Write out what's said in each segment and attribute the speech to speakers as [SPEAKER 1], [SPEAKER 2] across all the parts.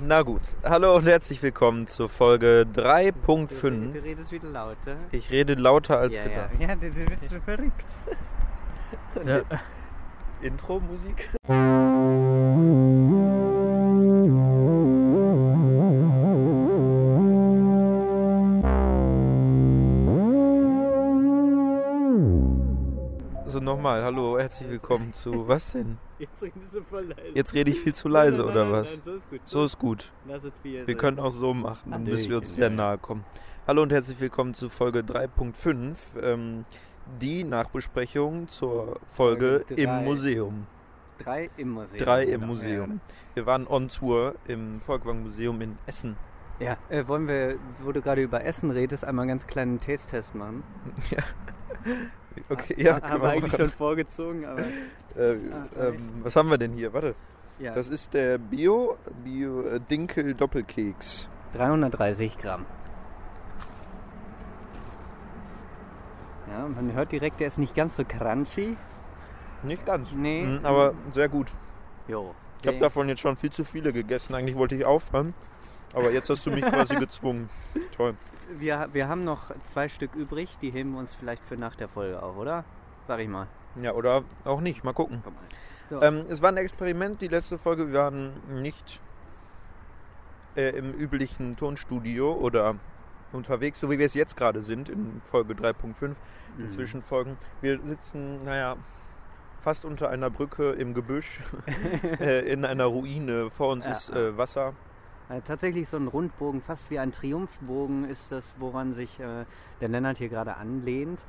[SPEAKER 1] Na gut, hallo und herzlich willkommen zur Folge 3.5.
[SPEAKER 2] Du redest wieder lauter.
[SPEAKER 1] Ich rede lauter als
[SPEAKER 2] ja,
[SPEAKER 1] gedacht.
[SPEAKER 2] Ja, ja du, du bist schon verrückt.
[SPEAKER 1] Ja. Intro-Musik? So, nochmal, hallo, herzlich willkommen zu. Was denn?
[SPEAKER 2] Jetzt redest du voll leise.
[SPEAKER 1] Jetzt rede ich viel zu leise,
[SPEAKER 2] Nein, nein,
[SPEAKER 1] oder
[SPEAKER 2] nein,
[SPEAKER 1] was?
[SPEAKER 2] Nein, so ist gut.
[SPEAKER 1] So ist gut.
[SPEAKER 2] Lass es wie es
[SPEAKER 1] Wir
[SPEAKER 2] ist.
[SPEAKER 1] können auch so machen, dann müssen wir uns sehr
[SPEAKER 2] Hallöchen.
[SPEAKER 1] nahe kommen. Hallo und herzlich willkommen zu Folge 3.5, ähm, die Nachbesprechung zur Folge
[SPEAKER 2] Folge
[SPEAKER 1] im
[SPEAKER 2] drei.
[SPEAKER 1] Museum.
[SPEAKER 2] Drei im Museum.
[SPEAKER 1] Drei
[SPEAKER 2] Ja,
[SPEAKER 1] im Museum. Wir waren on Tour im Volkwang Museum in Essen.
[SPEAKER 2] Ja, ja. Äh, wollen wir, wo du gerade über Essen redest, einmal einen ganz kleinen Taste-Test machen?
[SPEAKER 1] Okay, ja,
[SPEAKER 2] Haben
[SPEAKER 1] können
[SPEAKER 2] wir
[SPEAKER 1] wir
[SPEAKER 2] eigentlich
[SPEAKER 1] machen.
[SPEAKER 2] schon vorgezogen, aber.
[SPEAKER 1] Äh,
[SPEAKER 2] Ah,
[SPEAKER 1] ähm, was haben wir denn hier? Warte,
[SPEAKER 2] Ja.
[SPEAKER 1] das ist der Bio, Bio äh, Dinkel Doppelkeks.
[SPEAKER 2] 330 Gramm. Ja, man hört direkt, der ist nicht ganz so crunchy.
[SPEAKER 1] Nicht ganz,
[SPEAKER 2] Nee.
[SPEAKER 1] Mhm, aber sehr gut.
[SPEAKER 2] Jo.
[SPEAKER 1] Ich habe davon jetzt schon viel zu viele gegessen. Eigentlich wollte ich aufhören, aber jetzt hast du mich quasi gezwungen. Toll.
[SPEAKER 2] wir, wir haben noch zwei Stück übrig, die heben wir uns vielleicht für nach der Folge auf, oder? Sag ich mal.
[SPEAKER 1] Ja, oder auch nicht. Mal gucken.
[SPEAKER 2] Komm mal. So.
[SPEAKER 1] Ähm, es war ein Experiment. Die letzte Folge, wir waren nicht äh, im üblichen Tonstudio oder unterwegs, so wie wir es jetzt gerade sind, in Folge 3.5, in
[SPEAKER 2] Mhm.
[SPEAKER 1] Zwischenfolgen. Wir sitzen, naja, fast unter einer Brücke im Gebüsch, äh, in einer Ruine. Vor uns
[SPEAKER 2] Ja.
[SPEAKER 1] ist äh, Wasser.
[SPEAKER 2] Äh, Tatsächlich so ein Rundbogen, fast wie ein Triumphbogen ist das, woran sich äh, der Lennart hier gerade anlehnt.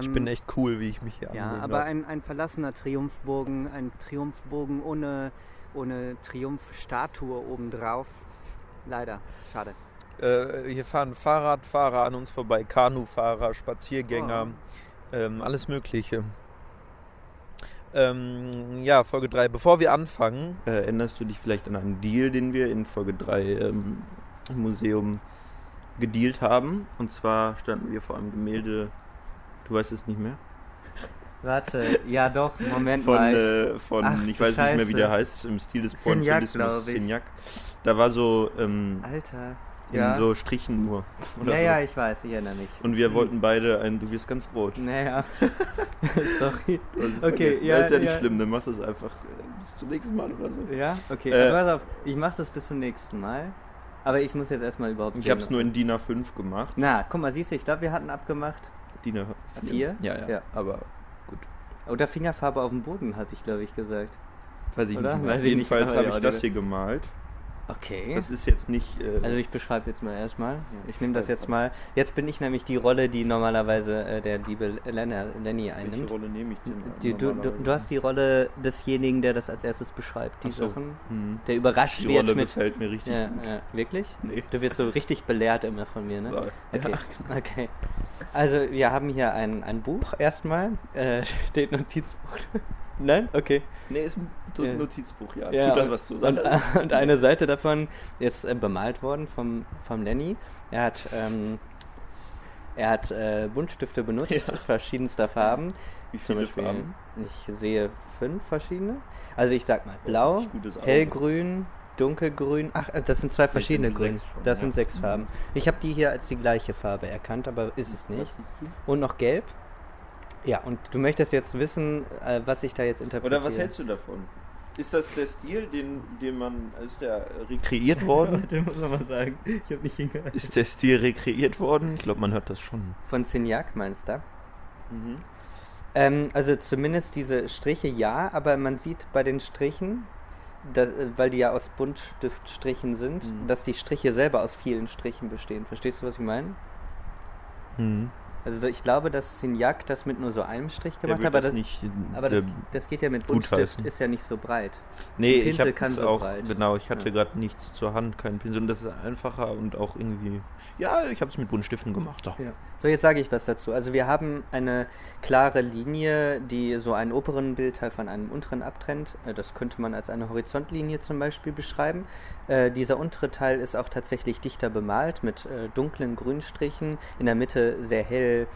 [SPEAKER 1] Ich
[SPEAKER 2] Ähm,
[SPEAKER 1] bin echt cool, wie ich mich hier
[SPEAKER 2] Ja,
[SPEAKER 1] anlehne.
[SPEAKER 2] aber ein, ein verlassener Triumphbogen, ein Triumphbogen ohne, ohne Triumphstatue obendrauf. Leider, schade.
[SPEAKER 1] äh, hier fahren Fahrradfahrer an uns vorbei, Kanufahrer, Spaziergänger,
[SPEAKER 2] Oh.
[SPEAKER 1] ähm, alles Mögliche. Ähm, ja, Folge 3. Bevor wir anfangen, äh, erinnerst du dich vielleicht an einen Deal, den wir in Folge 3 ähm, im Museum gedealt haben? Und zwar standen wir vor einem Gemälde, du weißt es nicht mehr,
[SPEAKER 2] Warte, ja doch, Moment
[SPEAKER 3] von,
[SPEAKER 2] mal.
[SPEAKER 3] äh, von
[SPEAKER 2] Ach,
[SPEAKER 3] ich
[SPEAKER 2] du
[SPEAKER 3] weiß nicht mehr, wie
[SPEAKER 2] Scheiße.
[SPEAKER 3] der heißt, im Stil des
[SPEAKER 2] Signac,
[SPEAKER 3] Pointillismus,
[SPEAKER 2] glaub ich.
[SPEAKER 3] Signac. Da war so ähm,
[SPEAKER 2] Alter.
[SPEAKER 3] in so Strichen nur. Oder so.
[SPEAKER 2] ich weiß, ich erinnere mich.
[SPEAKER 3] Und wir wollten beide ein, du wirst ganz rot.
[SPEAKER 2] Naja. Sorry.
[SPEAKER 3] Du hast es
[SPEAKER 2] Okay,
[SPEAKER 3] vergessen.
[SPEAKER 2] ja,
[SPEAKER 3] ist ja nicht
[SPEAKER 2] ja.
[SPEAKER 3] schlimm, dann machst du es einfach äh, bis zum nächsten Mal oder so.
[SPEAKER 2] Ja, okay.
[SPEAKER 3] Äh,
[SPEAKER 2] pass auf, ich mach das bis zum nächsten Mal. Aber ich muss jetzt erstmal überhaupt.
[SPEAKER 3] Ich
[SPEAKER 2] sehen,
[SPEAKER 3] habe es nur in DIN A5 gemacht.
[SPEAKER 2] Na, guck mal, siehst du, ich glaube, wir hatten abgemacht.
[SPEAKER 3] DIN A4?
[SPEAKER 2] Vier?
[SPEAKER 3] Ja, ja,
[SPEAKER 2] Ja.
[SPEAKER 3] Aber gut.
[SPEAKER 2] Oder Oh, Fingerfarbe auf dem Boden, habe ich, glaube ich, gesagt.
[SPEAKER 3] Weiß ich
[SPEAKER 2] Oder?
[SPEAKER 3] nicht. Mehr.
[SPEAKER 2] Weiß ich nicht,
[SPEAKER 3] Jedenfalls
[SPEAKER 2] aber
[SPEAKER 3] habe
[SPEAKER 2] ja,
[SPEAKER 3] ich
[SPEAKER 2] oder?
[SPEAKER 3] das hier gemalt.
[SPEAKER 2] Okay.
[SPEAKER 3] Das ist jetzt nicht. Äh,
[SPEAKER 2] Also ich beschreibe jetzt mal erstmal. Ich nehme das jetzt mal. Jetzt bin ich nämlich die Rolle, die normalerweise äh, der liebe Lenner, Lenny
[SPEAKER 3] welche
[SPEAKER 2] einnimmt.
[SPEAKER 3] Rolle nehme ich denn?
[SPEAKER 2] Die, du, du, du hast die Rolle desjenigen, der das als erstes beschreibt, die
[SPEAKER 3] Ach so.
[SPEAKER 2] Sachen.
[SPEAKER 3] Hm.
[SPEAKER 2] Der überrascht
[SPEAKER 3] Die
[SPEAKER 2] wird
[SPEAKER 3] Rolle
[SPEAKER 2] mit.
[SPEAKER 3] gefällt mir richtig
[SPEAKER 2] Ja,
[SPEAKER 3] gut.
[SPEAKER 2] ja, wirklich?
[SPEAKER 3] Nee.
[SPEAKER 2] Du wirst so richtig belehrt immer von mir, ne?
[SPEAKER 3] So,
[SPEAKER 2] Okay.
[SPEAKER 3] ja.
[SPEAKER 2] okay. Also, wir haben hier ein, ein Buch erstmal. Äh, steht Notizbuch. Nein? Okay.
[SPEAKER 3] Nee, ist ein so
[SPEAKER 2] Ja.
[SPEAKER 3] ein Notizbuch, ja.
[SPEAKER 2] Ja,
[SPEAKER 3] Tut das
[SPEAKER 2] und-
[SPEAKER 3] was zur
[SPEAKER 2] Und,
[SPEAKER 3] Sache.
[SPEAKER 2] und eine Seite davon ist äh, bemalt worden vom, vom Lenny. Er hat, ähm, er hat äh, Buntstifte benutzt,
[SPEAKER 3] Ja.
[SPEAKER 2] verschiedenster Farben.
[SPEAKER 3] Wie
[SPEAKER 2] Zum
[SPEAKER 3] viele
[SPEAKER 2] Beispiel,
[SPEAKER 3] Farben?
[SPEAKER 2] ich sehe fünf verschiedene. Also ich sag mal
[SPEAKER 3] Oh,
[SPEAKER 2] blau,
[SPEAKER 3] richtig gutes Auge.
[SPEAKER 2] hellgrün, dunkelgrün. Ach, äh, das sind zwei verschiedene
[SPEAKER 3] sind
[SPEAKER 2] Grüne.
[SPEAKER 3] sechs schon,
[SPEAKER 2] Das
[SPEAKER 3] ja. Mhm.
[SPEAKER 2] sind sechs Farben. Ich habe die hier als die gleiche Farbe erkannt, aber ist es nicht.
[SPEAKER 3] Was siehst
[SPEAKER 2] Und noch gelb. Ja, und du möchtest jetzt wissen, äh, was ich da jetzt
[SPEAKER 3] du?
[SPEAKER 2] interpretiere.
[SPEAKER 3] Oder was hältst du davon? Ist das der Stil, den, den man. Ist der äh, rekreiert worden?
[SPEAKER 2] Warte, muss man mal sagen. Ich habe nicht hingehört.
[SPEAKER 1] Ist der Stil rekreiert worden? Ich glaube, man hört das schon.
[SPEAKER 2] Von Signac meinst du?
[SPEAKER 3] Mhm.
[SPEAKER 2] Ähm, also zumindest diese Striche ja, aber man sieht bei den Strichen, da, äh, weil die ja aus Buntstiftstrichen sind,
[SPEAKER 3] Mhm.
[SPEAKER 2] dass die Striche selber aus vielen Strichen bestehen. Verstehst du, was ich meine?
[SPEAKER 1] Hm.
[SPEAKER 2] Also da- ich glaube, dass Signac das mit nur so einem Strich
[SPEAKER 3] Der
[SPEAKER 2] gemacht
[SPEAKER 3] wird
[SPEAKER 2] hat, aber
[SPEAKER 3] das
[SPEAKER 2] das,
[SPEAKER 3] nicht.
[SPEAKER 2] aber das, das geht ja mit Buntstift,
[SPEAKER 1] gutheißen.
[SPEAKER 2] ist ja nicht so breit.
[SPEAKER 1] Nee,
[SPEAKER 2] Pinsel
[SPEAKER 1] ich habe
[SPEAKER 2] kann
[SPEAKER 1] das
[SPEAKER 2] so
[SPEAKER 1] auch,
[SPEAKER 2] breit.
[SPEAKER 1] genau, ich hatte
[SPEAKER 2] Ja.
[SPEAKER 1] gerade nichts zur Hand, keinen Pinsel und das ist einfacher und auch irgendwie, ja, ich habe es mit Buntstiften gemacht. So.
[SPEAKER 2] Ja. So, jetzt sage ich was dazu. Also wir haben eine klare Linie, die so einen oberen Bildteil von einem unteren abtrennt. Äh, Das könnte man als eine Horizontlinie zum Beispiel beschreiben. Äh, dieser untere Teil ist auch tatsächlich dichter bemalt mit äh, dunklen Grünstrichen, in der Mitte sehr hell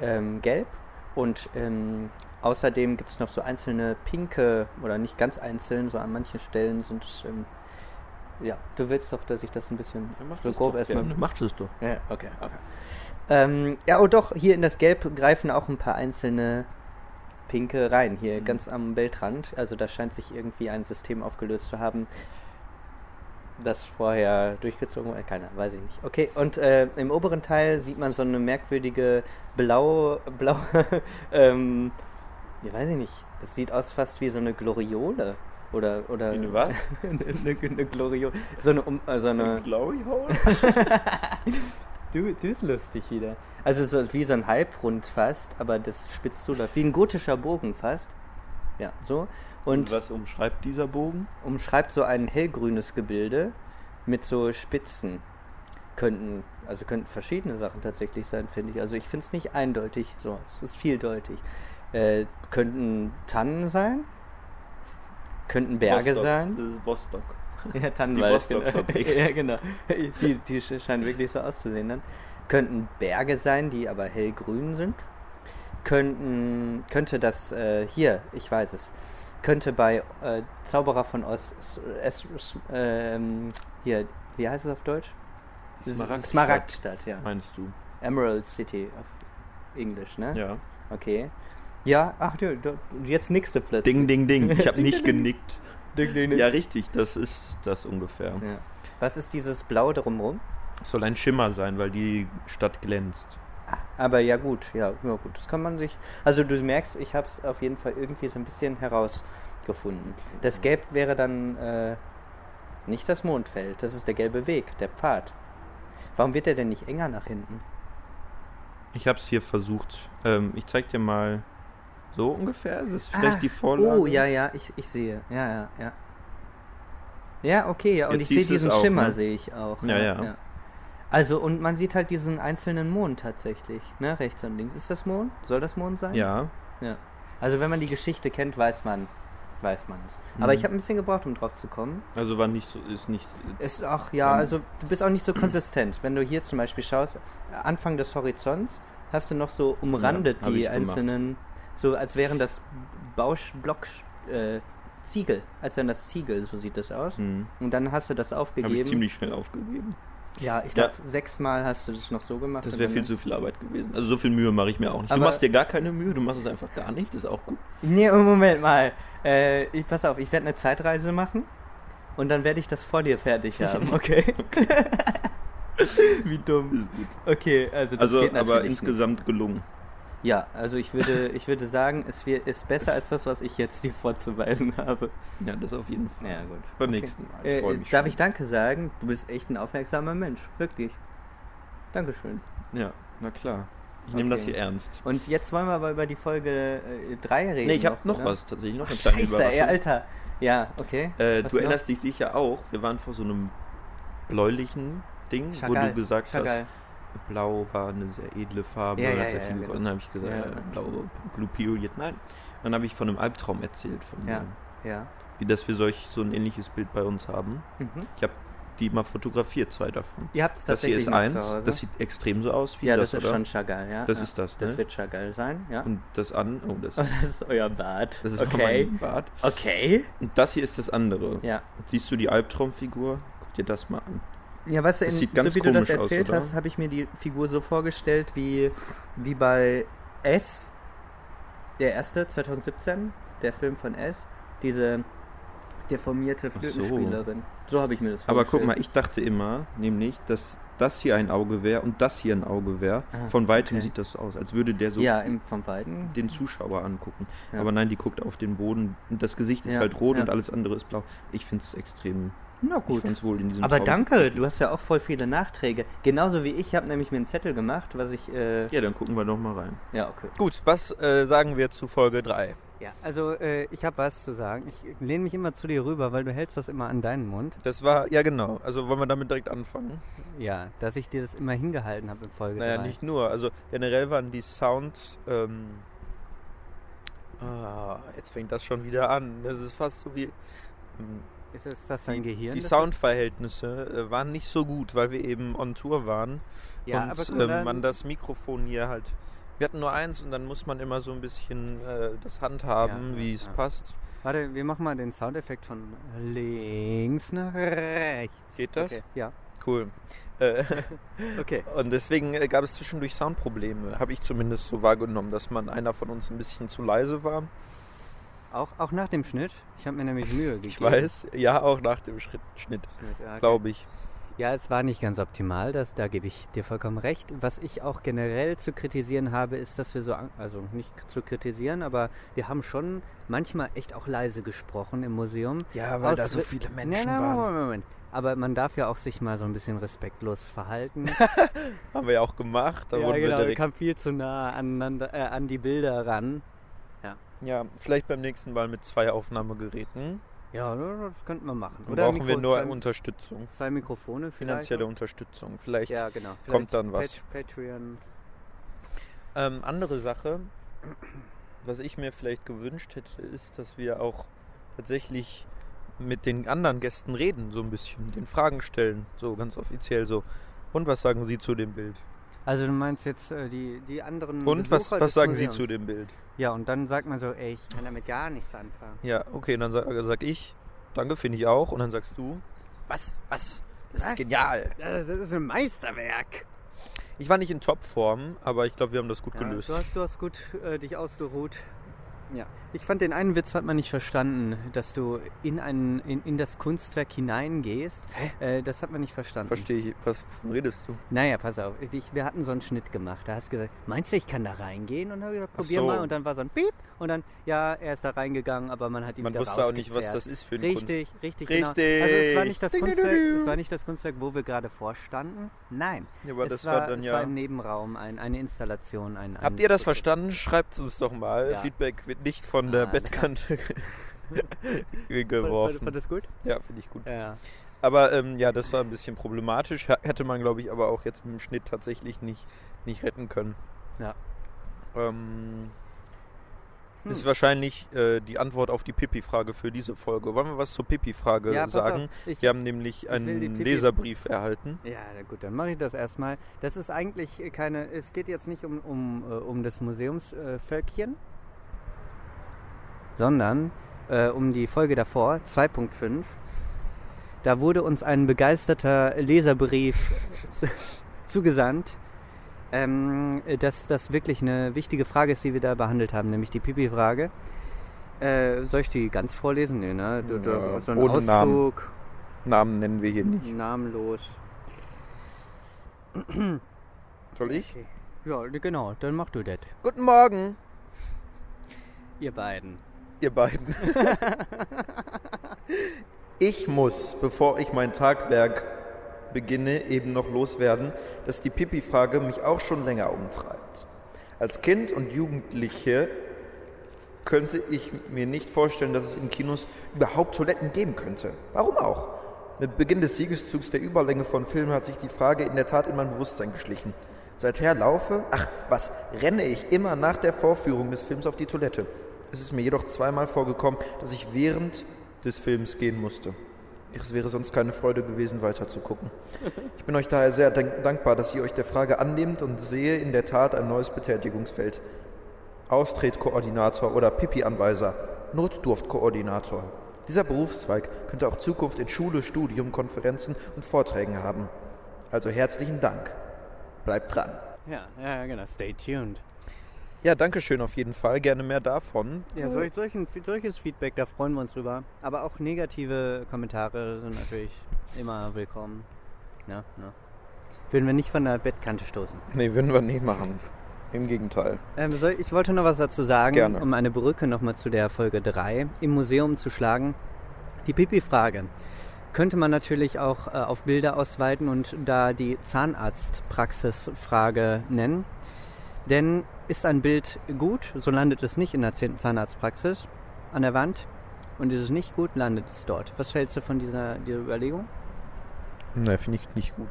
[SPEAKER 2] ähm, gelb. Und ähm, außerdem gibt es noch so einzelne pinke, oder nicht ganz einzeln, so an manchen Stellen sind es ähm, Ja, du willst doch, dass ich das ein bisschen
[SPEAKER 1] Ja, mach
[SPEAKER 2] so
[SPEAKER 1] das
[SPEAKER 2] grob
[SPEAKER 1] doch
[SPEAKER 2] erstmal.
[SPEAKER 1] gerne. Macht es doch.
[SPEAKER 2] Ja, okay, okay. Ähm, ja, oh doch, hier in das Gelb greifen auch ein paar einzelne Pinke rein, hier
[SPEAKER 1] Mhm.
[SPEAKER 2] ganz am Weltrand. Also da scheint sich irgendwie ein System aufgelöst zu haben, das vorher durchgezogen wurde. Keiner, weiß ich nicht. Okay, und äh, im oberen Teil sieht man so eine merkwürdige blau, blau, ähm, ja, weiß ich nicht. Das sieht aus fast wie so eine Gloriole. Oder, oder
[SPEAKER 1] Wie eine was?
[SPEAKER 2] eine, eine, eine Gloriole. So eine, um, äh, so eine
[SPEAKER 1] Glory Hole?
[SPEAKER 2] Du, du ist lustig wieder. Also so wie so ein Halbrund fast, aber das spitz zuläuft. Wie ein gotischer Bogen fast. Ja, so.
[SPEAKER 1] Und
[SPEAKER 2] Und
[SPEAKER 1] was umschreibt dieser Bogen?
[SPEAKER 2] umschreibt so ein hellgrünes Gebilde mit so Spitzen. Könnten, also könnten verschiedene Sachen tatsächlich sein, finde ich. Also ich finde es nicht eindeutig. So, es ist vieldeutig. Äh, könnten Tannen sein? Könnten Berge
[SPEAKER 1] Vostok.
[SPEAKER 2] sein?
[SPEAKER 1] Das ist Vostok.
[SPEAKER 2] Ja,
[SPEAKER 1] Die
[SPEAKER 2] Tannenwald.
[SPEAKER 1] Vostok-Fabrik.
[SPEAKER 2] genau. ja, genau. Die, die sch- scheinen wirklich so auszusehen dann. Könnten Berge sein, die aber hellgrün sind. Könnten, könnte das, äh, hier, ich weiß es, könnte bei äh, Zauberer von Oz, s- es, s- ähm, hier, wie heißt es auf Deutsch?
[SPEAKER 1] Smaragdstadt,
[SPEAKER 2] Smaragdstadt, ja.
[SPEAKER 1] Meinst du?
[SPEAKER 2] Emerald City auf Englisch, ne?
[SPEAKER 1] Ja.
[SPEAKER 2] Okay. Ja, ach du, du jetzt nickst du plötzlich.
[SPEAKER 1] Ding, ding, ding. Ich habe nicht genickt.
[SPEAKER 2] Ding, ding, ding.
[SPEAKER 1] Ja, richtig, das ist das ungefähr.
[SPEAKER 2] Ja. Was ist dieses Blau drumrum?
[SPEAKER 1] Es soll ein Schimmer sein, weil die Stadt glänzt.
[SPEAKER 2] Aber ja gut, ja, ja gut, das kann man sich. Also du merkst, ich habe es auf jeden Fall irgendwie so ein bisschen herausgefunden. Das Gelb wäre dann äh, nicht das Mondfeld, das ist der gelbe Weg, der Pfad. Warum wird der denn nicht enger nach hinten?
[SPEAKER 1] Ich habe es hier versucht. Ähm, ich zeig dir mal so ungefähr. Das ist vielleicht
[SPEAKER 2] Ach,
[SPEAKER 1] die Vorlage.
[SPEAKER 2] Oh ja, ja, ich, ich sehe, ja, ja, ja. Ja, okay, ja, und
[SPEAKER 1] Jetzt
[SPEAKER 2] ich sehe
[SPEAKER 1] siehst du es
[SPEAKER 2] diesen
[SPEAKER 1] auch,
[SPEAKER 2] Schimmer,
[SPEAKER 1] ne?
[SPEAKER 2] sehe ich auch.
[SPEAKER 1] Ja, ja.
[SPEAKER 2] Also, und man sieht halt diesen einzelnen Mond tatsächlich, ne, rechts und links. Ist das Mond? Soll das Mond sein?
[SPEAKER 1] Ja.
[SPEAKER 2] Ja. Also wenn man die Geschichte kennt, weiß man, weiß man es. Aber
[SPEAKER 1] Mhm.
[SPEAKER 2] ich habe ein bisschen gebraucht, um drauf zu kommen.
[SPEAKER 1] Also war nicht so, ist nicht.
[SPEAKER 2] Ist auch, ja,
[SPEAKER 1] Ähm.
[SPEAKER 2] also du bist auch nicht so konsistent. Wenn du hier zum Beispiel schaust, Anfang des Horizonts, hast du noch so umrandet
[SPEAKER 1] Ja, hab
[SPEAKER 2] die
[SPEAKER 1] ich gemacht.
[SPEAKER 2] einzelnen, so als wären das Bauschblock äh, Ziegel, als wären das Ziegel, so sieht das aus.
[SPEAKER 1] Hm.
[SPEAKER 2] Und dann hast du das
[SPEAKER 1] Habe ich
[SPEAKER 2] aufgegeben.
[SPEAKER 1] ziemlich schnell aufgegeben.
[SPEAKER 2] ja, ich
[SPEAKER 1] Ja.
[SPEAKER 2] glaube, sechsmal hast du das noch so gemacht.
[SPEAKER 1] Das
[SPEAKER 2] und
[SPEAKER 1] wäre
[SPEAKER 2] dann-
[SPEAKER 1] viel zu viel Arbeit gewesen. Also so viel Mühe mache ich mir auch nicht.
[SPEAKER 2] Aber-
[SPEAKER 1] du machst dir gar keine Mühe, du machst es einfach gar nicht. Das ist auch gut.
[SPEAKER 2] Nee, oh, Moment mal. Äh, ich, pass auf, ich werde eine Zeitreise machen und dann werde ich das vor dir fertig haben, okay? Wie dumm.
[SPEAKER 1] Ist gut.
[SPEAKER 2] Okay, also das
[SPEAKER 1] Also,
[SPEAKER 2] geht natürlich
[SPEAKER 1] aber insgesamt gelungen.
[SPEAKER 2] nicht. Ja, also ich würde, ich würde sagen, es wir- ist besser als das, was ich jetzt dir vorzuweisen habe.
[SPEAKER 1] Ja, das auf jeden Fall.
[SPEAKER 2] Ja, gut.
[SPEAKER 1] Beim nächsten Mal. Ich
[SPEAKER 2] Äh,
[SPEAKER 1] freu mich
[SPEAKER 2] darf
[SPEAKER 1] schon.
[SPEAKER 2] ich Danke sagen? Du bist echt ein aufmerksamer Mensch, wirklich. Dankeschön.
[SPEAKER 1] Ja, na klar. Ich nehme das
[SPEAKER 2] Okay.
[SPEAKER 1] hier ernst.
[SPEAKER 2] Und jetzt wollen wir aber über die Folge 3 reden.
[SPEAKER 1] Nee, ich habe noch
[SPEAKER 2] oder?
[SPEAKER 1] was tatsächlich, noch eine kleine
[SPEAKER 2] Scheiße, ey,
[SPEAKER 1] Überraschung.
[SPEAKER 2] Alter. Ja, okay.
[SPEAKER 1] Äh,
[SPEAKER 2] Was
[SPEAKER 1] du
[SPEAKER 2] noch?
[SPEAKER 1] erinnerst dich sicher auch, wir waren vor so einem bläulichen Ding, wo
[SPEAKER 2] Chagall,
[SPEAKER 1] du gesagt
[SPEAKER 2] Chagall.
[SPEAKER 1] hast, blau war eine sehr edle Farbe,
[SPEAKER 2] Ja, ja,
[SPEAKER 1] hat sehr
[SPEAKER 2] ja,
[SPEAKER 1] viel
[SPEAKER 2] ja,
[SPEAKER 1] gewonnen.
[SPEAKER 2] genau.
[SPEAKER 1] Dann habe ich gesagt,
[SPEAKER 2] Ja.
[SPEAKER 1] äh, blau, Blue Period, nein. Dann habe ich von einem Albtraum erzählt, von
[SPEAKER 2] Ja,
[SPEAKER 1] mir,
[SPEAKER 2] ja.
[SPEAKER 1] wie dass wir solch, so ein ähnliches Bild bei uns haben.
[SPEAKER 2] Mhm.
[SPEAKER 1] Ich habe die mal fotografiert, zwei davon.
[SPEAKER 2] Ihr habt es
[SPEAKER 1] Das hier
[SPEAKER 2] tatsächlich
[SPEAKER 1] ist
[SPEAKER 2] noch
[SPEAKER 1] eins,
[SPEAKER 2] zu Hause.
[SPEAKER 1] das sieht extrem so aus wie
[SPEAKER 2] ja,
[SPEAKER 1] das,
[SPEAKER 2] das ist
[SPEAKER 1] oder?
[SPEAKER 2] schon Chagall, ja.
[SPEAKER 1] Das
[SPEAKER 2] ja.
[SPEAKER 1] ist das, ne?
[SPEAKER 2] Das wird Chagall sein, ja. Und
[SPEAKER 1] Und das an, oh, das,
[SPEAKER 2] das ist euer Bart.
[SPEAKER 1] das ist
[SPEAKER 2] okay.
[SPEAKER 1] mein Bart.
[SPEAKER 2] Okay.
[SPEAKER 1] Und das hier ist das andere.
[SPEAKER 2] Ja.
[SPEAKER 1] Siehst du die Albtraumfigur? Guck dir das mal an.
[SPEAKER 2] Ja, weißt du,
[SPEAKER 1] Das
[SPEAKER 2] in,
[SPEAKER 1] sieht ganz
[SPEAKER 2] so wie du das
[SPEAKER 1] komisch aus,
[SPEAKER 2] erzählt
[SPEAKER 1] oder?
[SPEAKER 2] hast, habe ich mir die Figur so vorgestellt wie, wie bei S, der erste, 2017, der Film von S, diese deformierte
[SPEAKER 1] Ach so.
[SPEAKER 2] Flötenspielerin. So, habe ich mir das
[SPEAKER 1] Aber
[SPEAKER 2] vorgestellt.
[SPEAKER 1] guck mal, ich dachte immer, nämlich, dass das hier ein Auge wäre und das hier ein Auge wäre.
[SPEAKER 2] Ah,
[SPEAKER 1] Von weitem
[SPEAKER 2] okay.
[SPEAKER 1] sieht das so aus, als würde der so
[SPEAKER 2] ja, im, vom Weiden.
[SPEAKER 1] den Zuschauer angucken.
[SPEAKER 2] Ja.
[SPEAKER 1] Aber nein, die guckt auf den Boden. Und Das Gesicht ist
[SPEAKER 2] Ja,
[SPEAKER 1] halt rot
[SPEAKER 2] ja.
[SPEAKER 1] und alles andere ist blau. Ich finde es extrem.
[SPEAKER 2] Na
[SPEAKER 1] Ich fand's wohl in diesem
[SPEAKER 2] Aber
[SPEAKER 1] Traum-
[SPEAKER 2] danke, du hast ja auch voll viele Nachträge. Genauso wie ich habe nämlich mir einen Zettel gemacht, was ich. Äh,
[SPEAKER 1] Ja, dann gucken wir doch mal rein.
[SPEAKER 2] ja, okay.
[SPEAKER 1] Gut, was äh, sagen wir zu Folge 3?
[SPEAKER 4] Ja, also äh, ich habe was zu sagen. Ich lehne mich immer zu dir rüber, weil du hältst das immer an deinen Mund.
[SPEAKER 1] Das war, ja genau. Also wollen wir damit direkt anfangen?
[SPEAKER 4] Ja, dass ich dir das immer hingehalten habe in Folge
[SPEAKER 1] Naja,
[SPEAKER 4] drei.
[SPEAKER 1] nicht nur. Also generell waren die Sounds. Ähm, ah, jetzt fängt das schon wieder an. Das ist fast so wie. ähm,
[SPEAKER 4] Ist es das dein Gehirn?
[SPEAKER 1] Die
[SPEAKER 4] das-
[SPEAKER 1] Soundverhältnisse äh, waren nicht so gut, weil wir eben on Tour waren
[SPEAKER 4] Ja,
[SPEAKER 1] und
[SPEAKER 4] aber guck mal,
[SPEAKER 1] ähm,
[SPEAKER 4] dann-
[SPEAKER 1] man das Mikrofon hier halt Wir hatten nur eins und dann muss man immer so ein bisschen äh, das handhaben,
[SPEAKER 4] Ja,
[SPEAKER 1] wie
[SPEAKER 4] ja,
[SPEAKER 1] es
[SPEAKER 4] ja.
[SPEAKER 1] passt.
[SPEAKER 4] Warte, wir machen mal den Soundeffekt von links nach rechts.
[SPEAKER 1] Geht das?
[SPEAKER 4] Okay. Ja.
[SPEAKER 1] Cool. Äh,
[SPEAKER 4] Okay.
[SPEAKER 1] und deswegen äh, gab es zwischendurch Soundprobleme, habe ich zumindest so wahrgenommen, dass man einer von uns ein bisschen zu leise war.
[SPEAKER 4] Auch, auch nach dem Schnitt. Ich habe mir nämlich Mühe gegeben.
[SPEAKER 1] Ich weiß, ja, auch nach dem Schritt, Schnitt,
[SPEAKER 4] Schnitt, ja, okay.
[SPEAKER 1] glaube ich.
[SPEAKER 4] Ja, es war nicht ganz optimal, das, da gebe ich dir vollkommen recht. Was ich auch generell zu kritisieren habe, ist, dass wir so, an- also nicht zu kritisieren, aber wir haben schon manchmal echt auch leise gesprochen im Museum.
[SPEAKER 1] Ja,
[SPEAKER 4] Aus- nein, nein, Moment, Moment. Aber man darf ja auch sich mal so ein bisschen respektlos verhalten.
[SPEAKER 1] Haben wir ja auch gemacht. Da
[SPEAKER 4] ja,
[SPEAKER 1] wurden
[SPEAKER 4] genau,
[SPEAKER 1] wir
[SPEAKER 4] wir
[SPEAKER 1] direkt,
[SPEAKER 4] kamen viel zu nah aneinander, äh, an die Bilder ran.
[SPEAKER 1] ja, vielleicht beim nächsten Mal mit zwei Aufnahmegeräten.
[SPEAKER 4] Ja, das könnten wir machen.
[SPEAKER 1] Dann brauchen wir
[SPEAKER 4] Mikro-
[SPEAKER 1] nur
[SPEAKER 4] zwei,
[SPEAKER 1] Unterstützung.
[SPEAKER 4] zwei Mikrofone vielleicht.
[SPEAKER 1] Finanzielle
[SPEAKER 4] noch.
[SPEAKER 1] Unterstützung. Vielleicht
[SPEAKER 4] Ja, genau.
[SPEAKER 1] kommt
[SPEAKER 4] Vielleicht
[SPEAKER 1] dann was.
[SPEAKER 4] Pat- Patreon.
[SPEAKER 1] Ähm, andere Sache, was ich mir vielleicht gewünscht hätte, ist, dass wir auch tatsächlich mit den anderen Gästen reden, so ein bisschen, den Fragen stellen, so ganz offiziell so. Und was sagen Sie zu dem Bild?
[SPEAKER 4] Also du meinst jetzt äh, die, die anderen
[SPEAKER 1] Und was,
[SPEAKER 4] Besucher
[SPEAKER 1] was
[SPEAKER 4] des
[SPEAKER 1] sagen Sie
[SPEAKER 4] Museums?
[SPEAKER 1] zu dem Bild?
[SPEAKER 4] Ja, und dann sagt man so, ey, ich kann damit gar nichts anfangen.
[SPEAKER 1] Ja, okay, dann sag, sag ich, danke, finde ich auch. Und dann sagst du, was, was? Das
[SPEAKER 4] Was?
[SPEAKER 1] ist genial.
[SPEAKER 4] Ja, das ist ein Meisterwerk.
[SPEAKER 1] Ich war nicht in Topform, aber ich glaube, wir haben das gut
[SPEAKER 4] Ja,
[SPEAKER 1] gelöst.
[SPEAKER 4] Du hast, du hast gut äh, dich ausgeruht. Ja. Ich fand, den einen Witz hat man nicht verstanden, dass du in, einen, in, in das Kunstwerk hineingehst. Äh, das hat man nicht verstanden.
[SPEAKER 1] Verstehe ich, was wovon redest du?
[SPEAKER 4] Naja, pass auf. Ich, wir hatten so einen Schnitt gemacht. Da hast du gesagt, meinst du, ich kann da reingehen? Und dann habe ich gesagt,
[SPEAKER 1] Ach
[SPEAKER 4] probier
[SPEAKER 1] so.
[SPEAKER 4] mal. Und dann war so ein Piep. Und dann, ja, er ist da reingegangen, aber man hat ihn
[SPEAKER 1] Man
[SPEAKER 4] wieder
[SPEAKER 1] wusste auch nicht, was
[SPEAKER 4] rausgezerrt.
[SPEAKER 1] das ist für ein
[SPEAKER 4] Richtig,
[SPEAKER 1] Richtig.
[SPEAKER 4] richtig, Genau. Also es war nicht das
[SPEAKER 1] Ding, ding,
[SPEAKER 4] Kunstwerk,
[SPEAKER 1] ding.
[SPEAKER 4] es war nicht das Kunstwerk, wo wir gerade vorstanden. Nein.
[SPEAKER 1] Kunst. Ja, aber
[SPEAKER 4] es
[SPEAKER 1] das war, dann
[SPEAKER 4] es
[SPEAKER 1] ja.
[SPEAKER 4] war im Nebenraum, ein, eine Installation, ein. ein
[SPEAKER 1] Habt ihr das verstanden? Schreibt es uns doch mal.
[SPEAKER 4] Ja.
[SPEAKER 1] Feedback wird nicht von der
[SPEAKER 4] Ah,
[SPEAKER 1] Bettkante
[SPEAKER 4] Fand,
[SPEAKER 1] geworfen.
[SPEAKER 4] fand das gut?
[SPEAKER 1] Ja, finde ich gut.
[SPEAKER 4] Ja.
[SPEAKER 1] Aber ähm, ja, das war ein bisschen problematisch. H- Hätte man, glaube ich, aber auch jetzt im Schnitt tatsächlich nicht, nicht retten können.
[SPEAKER 4] Ja.
[SPEAKER 1] Ähm,
[SPEAKER 4] Hm.
[SPEAKER 1] Ist wahrscheinlich äh, die Antwort auf die Pipi-Frage für diese Folge. Wollen wir was zur Pipi-Frage
[SPEAKER 4] Ja, pass
[SPEAKER 1] sagen?
[SPEAKER 4] auf, ich-
[SPEAKER 1] Wir haben nämlich
[SPEAKER 4] will die
[SPEAKER 1] einen
[SPEAKER 4] Pipi-
[SPEAKER 1] Leserbrief erhalten.
[SPEAKER 4] Ja, na gut, dann mache ich das erstmal. Das ist eigentlich äh, keine. Es geht jetzt nicht um, um, äh, um das Museumsvölkchen, äh, Völkchen, sondern äh, um die Folge davor, 2.5. Da wurde uns ein begeisterter Leserbrief zugesandt, ähm, äh, dass das wirklich eine wichtige Frage ist, die wir da behandelt haben, nämlich die Pipi-Frage. Äh, soll ich die ganz vorlesen? Nee, ne? Du- du-
[SPEAKER 1] Ja,
[SPEAKER 4] so ein
[SPEAKER 1] ohne
[SPEAKER 4] Auszug.
[SPEAKER 1] Namen. Namen nennen wir
[SPEAKER 4] Hm.
[SPEAKER 1] hier nicht.
[SPEAKER 4] Namenlos.
[SPEAKER 1] Soll ich?
[SPEAKER 4] Okay. Ja, genau, dann mach du das.
[SPEAKER 1] Guten Morgen,
[SPEAKER 4] Ihr beiden.
[SPEAKER 1] ihr beiden. ich muss, bevor ich mein Tagwerk beginne, eben noch loswerden, dass die Pipi-Frage mich auch schon länger umtreibt. Als Kind und Jugendliche könnte ich mir nicht vorstellen, dass es in Kinos überhaupt Toiletten geben könnte. Warum auch? Mit Beginn des Siegeszugs der Überlänge von Filmen hat sich die Frage in der Tat in mein Bewusstsein geschlichen. Seither laufe, ach was, renne ich immer nach der Vorführung des Films auf die Toilette. Es ist mir jedoch zweimal vorgekommen, dass ich während des Films gehen musste. Es wäre sonst keine Freude gewesen, weiterzugucken. Ich bin euch daher sehr dank- dankbar, dass ihr euch der Frage annehmt und sehe in der Tat ein neues Betätigungsfeld. Austretkoordinator oder Pipi-Anweiser, Notdurftkoordinator. Dieser Berufszweig könnte auch Zukunft in Schule, Studium, Konferenzen und Vorträgen haben. Also herzlichen Dank. Bleibt dran.
[SPEAKER 4] Ja, ja, genau. Stay tuned.
[SPEAKER 1] Ja, danke schön auf jeden Fall. Gerne mehr davon.
[SPEAKER 4] Ja, solch, solchen, solches Feedback, da freuen wir uns drüber. Aber auch negative Kommentare sind natürlich immer willkommen. Ja, ja. Würden wir nicht von der Bettkante stoßen.
[SPEAKER 1] Nee, würden wir nicht machen. Im Gegenteil.
[SPEAKER 4] Ähm, soll, ich wollte noch was dazu sagen,
[SPEAKER 1] Gerne.
[SPEAKER 4] um eine Brücke nochmal zu der Folge 3 im Museum zu schlagen. Die Pipi-Frage könnte man natürlich auch äh, auf Bilder ausweiten und da die Zahnarztpraxis-Frage nennen. Denn ist ein Bild gut, so landet es nicht in der Zahn- Zahnarztpraxis an der Wand. Und ist es nicht gut, landet es dort. Was hältst du von dieser, dieser Überlegung?
[SPEAKER 1] Nee, finde ich nicht gut.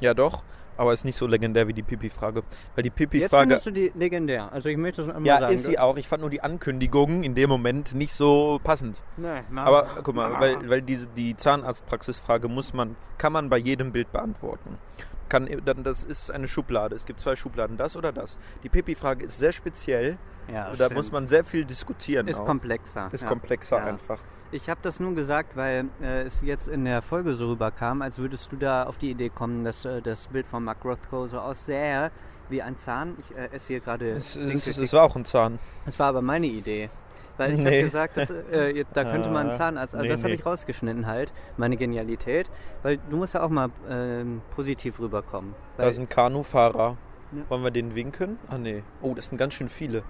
[SPEAKER 1] Ja, doch. Aber ist nicht so legendär wie die Pipi-Frage. Weil die
[SPEAKER 4] Jetzt
[SPEAKER 1] Pipi-Frage.
[SPEAKER 4] findest du die legendär. Also ich möchte es einmal
[SPEAKER 1] Ja,
[SPEAKER 4] sagen.
[SPEAKER 1] ist sie auch. Ich fand nur die Ankündigung in dem Moment nicht so passend.
[SPEAKER 4] Nein, Mama.
[SPEAKER 1] Aber guck
[SPEAKER 4] Ah,
[SPEAKER 1] mal, weil, weil diese, die Zahnarztpraxisfrage muss man, kann man bei jedem Bild beantworten. Du kann, dann, das ist eine Schublade. Es gibt zwei Schubladen, das oder das. Die Pipi-Frage ist sehr speziell.
[SPEAKER 4] Ja,
[SPEAKER 1] und da
[SPEAKER 4] stimmt.
[SPEAKER 1] muss man sehr viel diskutieren.
[SPEAKER 4] Ist
[SPEAKER 1] auch.
[SPEAKER 4] komplexer.
[SPEAKER 1] Genau. Ist
[SPEAKER 4] ja.
[SPEAKER 1] komplexer
[SPEAKER 4] Ja.
[SPEAKER 1] einfach.
[SPEAKER 4] Ich habe das nur gesagt, weil äh, es jetzt in der Folge so rüberkam, als würdest du da auf die Idee kommen, dass äh, das Bild von Mark Rothko so aussähe wie ein Zahn. Ich äh, esse hier gerade.
[SPEAKER 1] Es, es, es,
[SPEAKER 4] Dinkelkick.
[SPEAKER 1] es war auch ein Zahn.
[SPEAKER 4] Das war aber meine Idee. Weil ich
[SPEAKER 1] Nee.
[SPEAKER 4] habe gesagt, dass, äh, jetzt- da könnte man
[SPEAKER 1] Ah,
[SPEAKER 4] einen Zahnarzt. Also
[SPEAKER 1] nee,
[SPEAKER 4] das habe
[SPEAKER 1] nee.
[SPEAKER 4] ich rausgeschnitten halt, meine Genialität. Weil du musst ja auch mal ähm, positiv rüberkommen.
[SPEAKER 1] Da
[SPEAKER 4] Weil,
[SPEAKER 1] sind Kanufahrer.
[SPEAKER 4] Ja.
[SPEAKER 1] Wollen wir den winken? Ah, nee. Oh, das sind ganz schön viele.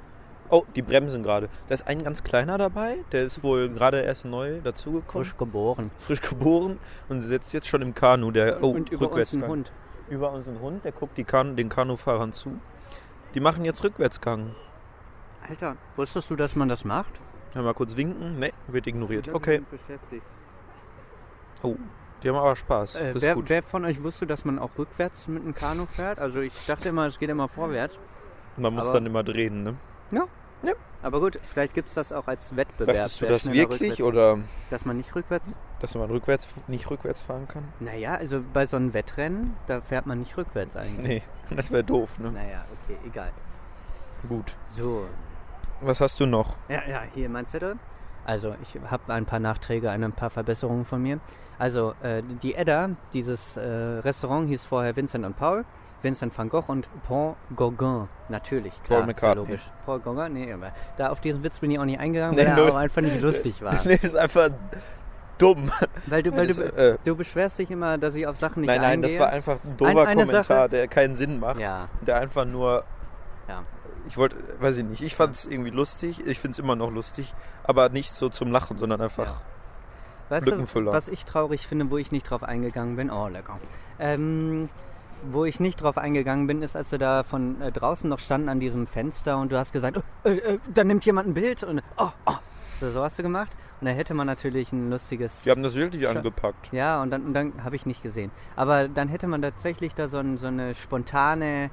[SPEAKER 1] Oh, die bremsen gerade. Da ist ein ganz kleiner dabei. Der ist wohl gerade erst neu dazugekommen.
[SPEAKER 4] frisch geboren.
[SPEAKER 1] frisch geboren und sitzt jetzt schon im Kanu. Der, oh,
[SPEAKER 4] Und über uns ein
[SPEAKER 1] Rückwärtsgang.
[SPEAKER 4] Hund.
[SPEAKER 1] Über uns ein Hund, der guckt die kan den Kanufahrern zu. Die machen jetzt Rückwärtsgang.
[SPEAKER 4] Alter, wusstest du, dass man das macht?
[SPEAKER 1] Hör mal kurz winken. Ne, wird ignoriert.
[SPEAKER 4] Ich hab mich
[SPEAKER 1] Okay.
[SPEAKER 4] damit beschäftigt.
[SPEAKER 1] Oh, die haben aber Spaß.
[SPEAKER 4] Äh,
[SPEAKER 1] das ist
[SPEAKER 4] wer,
[SPEAKER 1] gut.
[SPEAKER 4] wer von euch wusste, dass man auch rückwärts mit einem Kanu fährt? Also ich dachte immer, es geht immer vorwärts.
[SPEAKER 1] Man muss
[SPEAKER 4] aber-
[SPEAKER 1] dann immer drehen, ne?
[SPEAKER 4] Aber gut, vielleicht gibt es das auch als Wettbewerb.
[SPEAKER 1] Dachtest du
[SPEAKER 4] wer
[SPEAKER 1] das
[SPEAKER 4] schneller
[SPEAKER 1] wirklich
[SPEAKER 4] rückwärts-
[SPEAKER 1] oder
[SPEAKER 4] Dass man nicht rückwärts?
[SPEAKER 1] dass man rückwärts nicht rückwärts fahren kann?
[SPEAKER 4] Naja, also bei so einem Wettrennen, da fährt man nicht rückwärts eigentlich.
[SPEAKER 1] Nee, das wäre doof, ne?
[SPEAKER 4] Naja, okay, egal.
[SPEAKER 1] Gut.
[SPEAKER 4] So,
[SPEAKER 1] Was hast du noch?
[SPEAKER 4] Ja, ja, hier mein Zettel. Also, ich habe ein paar Nachträge, ein paar Verbesserungen von mir. Also, äh, die Edda, dieses äh, Restaurant hieß vorher Vincent und Paul, Vincent van Gogh und Paul Gauguin. Natürlich,
[SPEAKER 1] Paul
[SPEAKER 4] klar, ist ja
[SPEAKER 1] McCartney.
[SPEAKER 4] logisch. Paul Gauguin, nee, aber da auf diesen Witz bin ich auch nicht eingegangen,
[SPEAKER 1] Nee,
[SPEAKER 4] weil
[SPEAKER 1] null.
[SPEAKER 4] er aber einfach nicht lustig war.
[SPEAKER 1] Nee, ist einfach dumm.
[SPEAKER 4] Weil du, weil
[SPEAKER 1] Das,
[SPEAKER 4] du,
[SPEAKER 1] äh,
[SPEAKER 4] du beschwerst dich immer, dass ich auf Sachen nicht
[SPEAKER 1] nein, nein,
[SPEAKER 4] eingehe.
[SPEAKER 1] das war einfach ein doofer
[SPEAKER 4] eine
[SPEAKER 1] Kommentar,
[SPEAKER 4] Sache-
[SPEAKER 1] der keinen Sinn macht.
[SPEAKER 4] Ja.
[SPEAKER 1] Der einfach nur.
[SPEAKER 4] Ja.
[SPEAKER 1] Ich wollte, weiß ich nicht, ich fand es irgendwie lustig, ich finde es immer noch lustig, aber nicht so zum Lachen, sondern einfach.
[SPEAKER 4] Weißt du,
[SPEAKER 1] Lückenfüller.
[SPEAKER 4] was ich traurig finde, wo ich nicht drauf eingegangen bin? Oh, lecker. Ähm, wo ich nicht drauf eingegangen bin, ist, als wir da von äh, draußen noch standen an diesem Fenster und du hast gesagt, oh, äh, äh, da nimmt jemand ein Bild und oh, oh. So, so hast du gemacht. Und da hätte man natürlich ein lustiges...
[SPEAKER 1] Die haben das wirklich angepackt.
[SPEAKER 4] Ja, und dann, und dann habe ich nicht gesehen. Aber dann hätte man tatsächlich da so, ein, so eine spontane,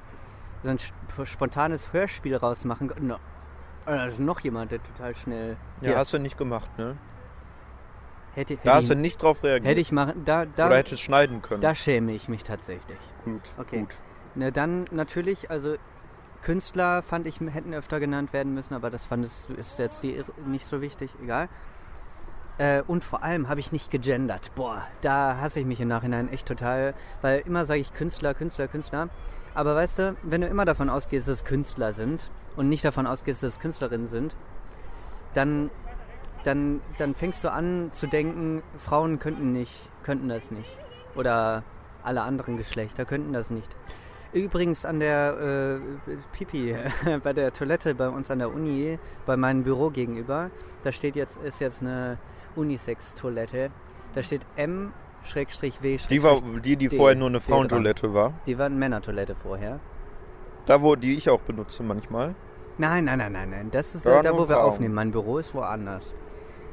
[SPEAKER 4] so ein sp spontanes Hörspiel rausmachen können. No. Und Da ist noch jemand, der total schnell...
[SPEAKER 1] Ja,
[SPEAKER 4] Hier,
[SPEAKER 1] hast du nicht gemacht, ne?
[SPEAKER 4] hätte, hätte,
[SPEAKER 1] Da hast
[SPEAKER 4] ich,
[SPEAKER 1] du nicht drauf reagiert.
[SPEAKER 4] hätte ich machen... Da, da,
[SPEAKER 1] Oder hättest schneiden können.
[SPEAKER 4] Da schäme ich mich tatsächlich.
[SPEAKER 1] gut,
[SPEAKER 4] Okay.
[SPEAKER 1] gut.
[SPEAKER 4] Ne, dann natürlich, also Künstler fand ich hätten öfter genannt werden müssen, aber das fand es ist jetzt die, nicht so wichtig, egal. Äh, und vor allem habe ich nicht gegendert. Boah, da hasse ich mich im Nachhinein echt total, weil immer sage ich Künstler, Künstler, Künstler. Aber weißt du, wenn du immer davon ausgehst, dass es Künstler sind und nicht davon ausgehst, dass es Künstlerinnen sind, dann, dann, dann fängst du an zu denken, Frauen könnten nicht, könnten das nicht. Oder alle anderen Geschlechter könnten das nicht. Übrigens an der äh, Pipi, bei der Toilette bei uns an der Uni, bei meinem Büro gegenüber, da steht jetzt, ist jetzt eine Unisex-Toilette. Da steht M-W.
[SPEAKER 1] Die war die, die
[SPEAKER 4] D-
[SPEAKER 1] vorher nur eine
[SPEAKER 4] D3.
[SPEAKER 1] Frauentoilette war.
[SPEAKER 4] Die war eine Männertoilette vorher.
[SPEAKER 1] Da, wo die ich auch benutze manchmal.
[SPEAKER 4] Nein, nein, nein, nein, nein. Das ist
[SPEAKER 1] Ja,
[SPEAKER 4] da, da
[SPEAKER 1] nur
[SPEAKER 4] wo wir
[SPEAKER 1] Frauen.
[SPEAKER 4] aufnehmen. Mein Büro ist woanders.